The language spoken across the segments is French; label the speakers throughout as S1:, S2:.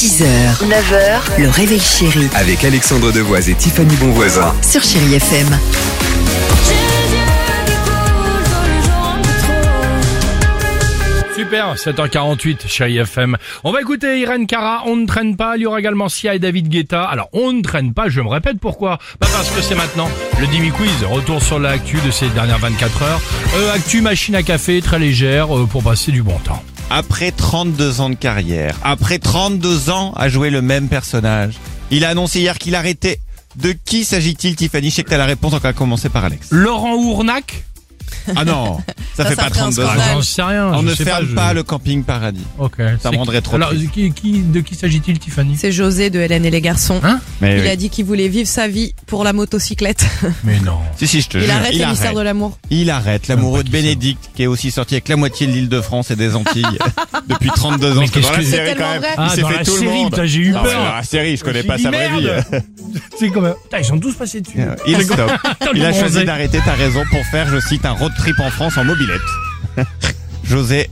S1: 6h, 9h, le réveil chéri
S2: Avec Alexandre Devoise et Tiffany Bonvoisin.
S1: sur Chérie FM.
S3: J'ai les yeux qui coulent, tous les jours un peu trop.
S4: Super, 7h48, chérie FM. On va écouter Irène Cara, on ne traîne pas. Il y aura également Sia et David Guetta. Alors, on ne traîne pas, je me répète pourquoi. Bah parce que c'est maintenant le Dimi Quiz. Retour sur l'actu de ces dernières 24 heures. Euh, actu machine à café, très légère, euh, pour passer du bon temps.
S5: Après 32 ans de carrière, après 32 ans à jouer le même personnage, il a annoncé hier qu'il arrêtait. De qui s'agit-il, Tiffany Je sais que t'as la réponse, donc on va commencer par Alex.
S4: Laurent Ournac
S5: Ah non, ça,
S6: Ça,
S5: fait
S6: ça
S5: pas
S6: ferait un
S5: 32 ans.
S4: ah, J'en sais rien.
S5: On
S4: je
S5: ne
S4: sais
S5: ferme
S4: je-
S5: pas, le camping paradis.
S4: Ok.
S5: Ça
S4: C'est
S5: me rendrait
S4: qui-
S5: trop
S4: Alors,
S5: triste.
S4: qui, qui- de qui s'agit-il, Tiffany
S6: C'est José de Hélène et les garçons.
S4: Hein
S5: Mais
S6: il
S5: oui.
S6: a dit qu'il voulait vivre sa vie pour la motocyclette.
S4: Mais non.
S5: Si, si, je te
S6: Il
S5: jure.
S6: arrête les mystères de l'amour.
S5: Il arrête.
S4: Je
S5: L'amoureux de
S4: sais même Ah pas qui
S5: Bénédicte, qui est aussi sorti avec la moitié de l'île de France et des Antilles depuis 32
S4: Mais
S5: ans. Parce que
S4: qu'est-ce
S5: dans
S4: que-
S5: la
S4: C'est
S5: série,
S6: tellement
S5: quand même,
S6: vrai.
S4: Ah,
S5: il s'est
S4: dans
S5: fait
S4: la
S5: tout le
S4: série,
S5: monde.
S4: putain, j'ai eu
S5: Non, mais dans
S4: peur.
S5: la série, je connais
S4: J'ai
S5: pas
S4: dit
S5: sa vraie vie.
S4: merde. C'est comme. Putain, ils sont tous passés dessus.
S5: Euh, Il stop. Il a
S4: Bronzé.
S5: choisi d'arrêter ta raison pour faire, je cite, un road trip en France en mobilette. José,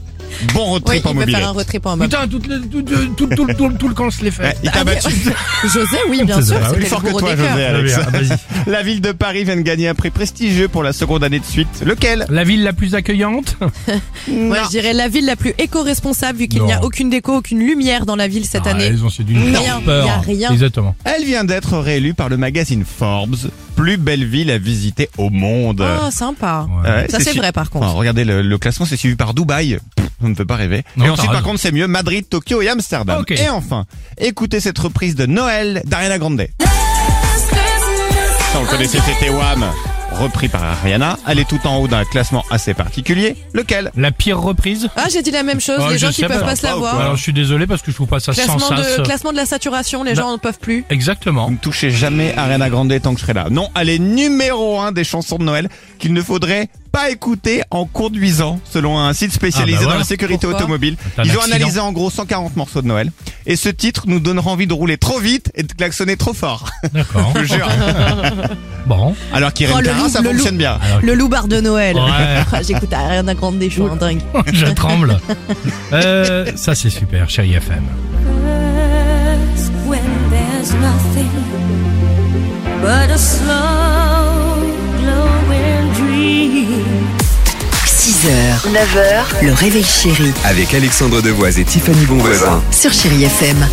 S5: bon road
S6: Oui,
S5: trip en
S6: il peut
S5: mobilette.
S6: faire un road trip en mob.
S4: Putain, tout le, tout, tout, tout, tout, tout le camp se les
S5: Ouais,
S4: fait.
S5: il t'a battu
S6: José, oui, bien
S4: C'est
S6: sûr.
S4: ça, oui.
S6: C'était
S5: plus fort
S6: le
S5: que
S6: bourreau
S5: toi,
S6: des cœurs.
S5: José,
S4: Très
S5: Alex.
S4: bien, ah, vas-y.
S5: La ville de Paris vient de gagner un prix prestigieux pour la seconde année de suite. Lequel
S4: La ville la plus accueillante
S6: Moi, je dirais la ville la plus éco-responsable vu qu'il n'y a
S4: Non.
S6: aucune déco, aucune lumière dans la ville cette
S4: Ah,
S6: année.
S4: Ils ont c'est d'une
S6: Non.
S4: grande
S6: Y a
S4: peur.
S6: rien.
S4: Exactement.
S5: Elle vient d'être réélue par le magazine Forbes, plus belle ville à visiter au monde.
S6: Ah, sympa.
S4: Ouais.
S5: Ouais,
S6: Ça, c'est
S5: su-
S6: vrai, par
S5: Enfin,
S6: contre.
S5: regardez le, le classement, c'est suivi par Dubaï. Pff, on ne peut pas rêver.
S4: Non,
S5: et
S4: t'as
S5: ensuite, par
S4: raison.
S5: contre, c'est mieux Madrid, Tokyo et Amsterdam.
S4: Ok.
S5: Et enfin, écoutez cette reprise de Noël d'Ariana Grande.
S3: Last Christmas,
S5: Ça, on le connaissait, c'était Wham. Repris par Ariana, elle est tout en haut d'un classement assez particulier. Lequel
S4: La pire reprise
S6: Ah, j'ai dit la même chose.
S4: Ah,
S6: les
S4: je
S6: gens qui
S4: sais
S6: peuvent
S4: pas.
S6: pas se la
S5: Ah,
S6: voir.
S5: quoi.
S4: Bah, Alors je suis désolé parce que je trouve pas ça sans
S6: Classement
S4: sens.
S6: de, classement de la saturation, les
S4: Bah-
S6: gens n'en peuvent plus.
S4: Exactement.
S5: Vous ne touchez jamais Ariana Grande tant que je serai là. Non, elle est numéro un des chansons de Noël qu'il ne faudrait pas écouter en conduisant, selon un site spécialisé
S4: Ah, bah voilà.
S5: dans la sécurité
S6: Pourquoi
S5: automobile.
S4: T'as un
S5: Ils ont
S4: accident.
S5: analysé en gros 140 morceaux de Noël. Et ce titre nous donnera envie de rouler trop vite et de klaxonner trop fort.
S4: D'accord.
S5: Je jure.
S4: bon.
S5: Alors qu'Irene
S6: Oh, le
S5: Cara,
S6: loup,
S5: ça
S6: le loup.
S5: fonctionne
S4: Ah,
S5: bien.
S6: Le loupard de Noël.
S4: Ouais.
S6: Ah, J'écoute à rien d'un grand des choses, dingue.
S4: je tremble. Euh, ça c'est super, chérie FM.
S3: hurts when there's nothing but a slow glowing dream.
S1: 6h, 9h, le réveil chéri
S2: Avec Alexandre Devoise et Tiffany Bonvoisin.
S1: sur Chérie FM.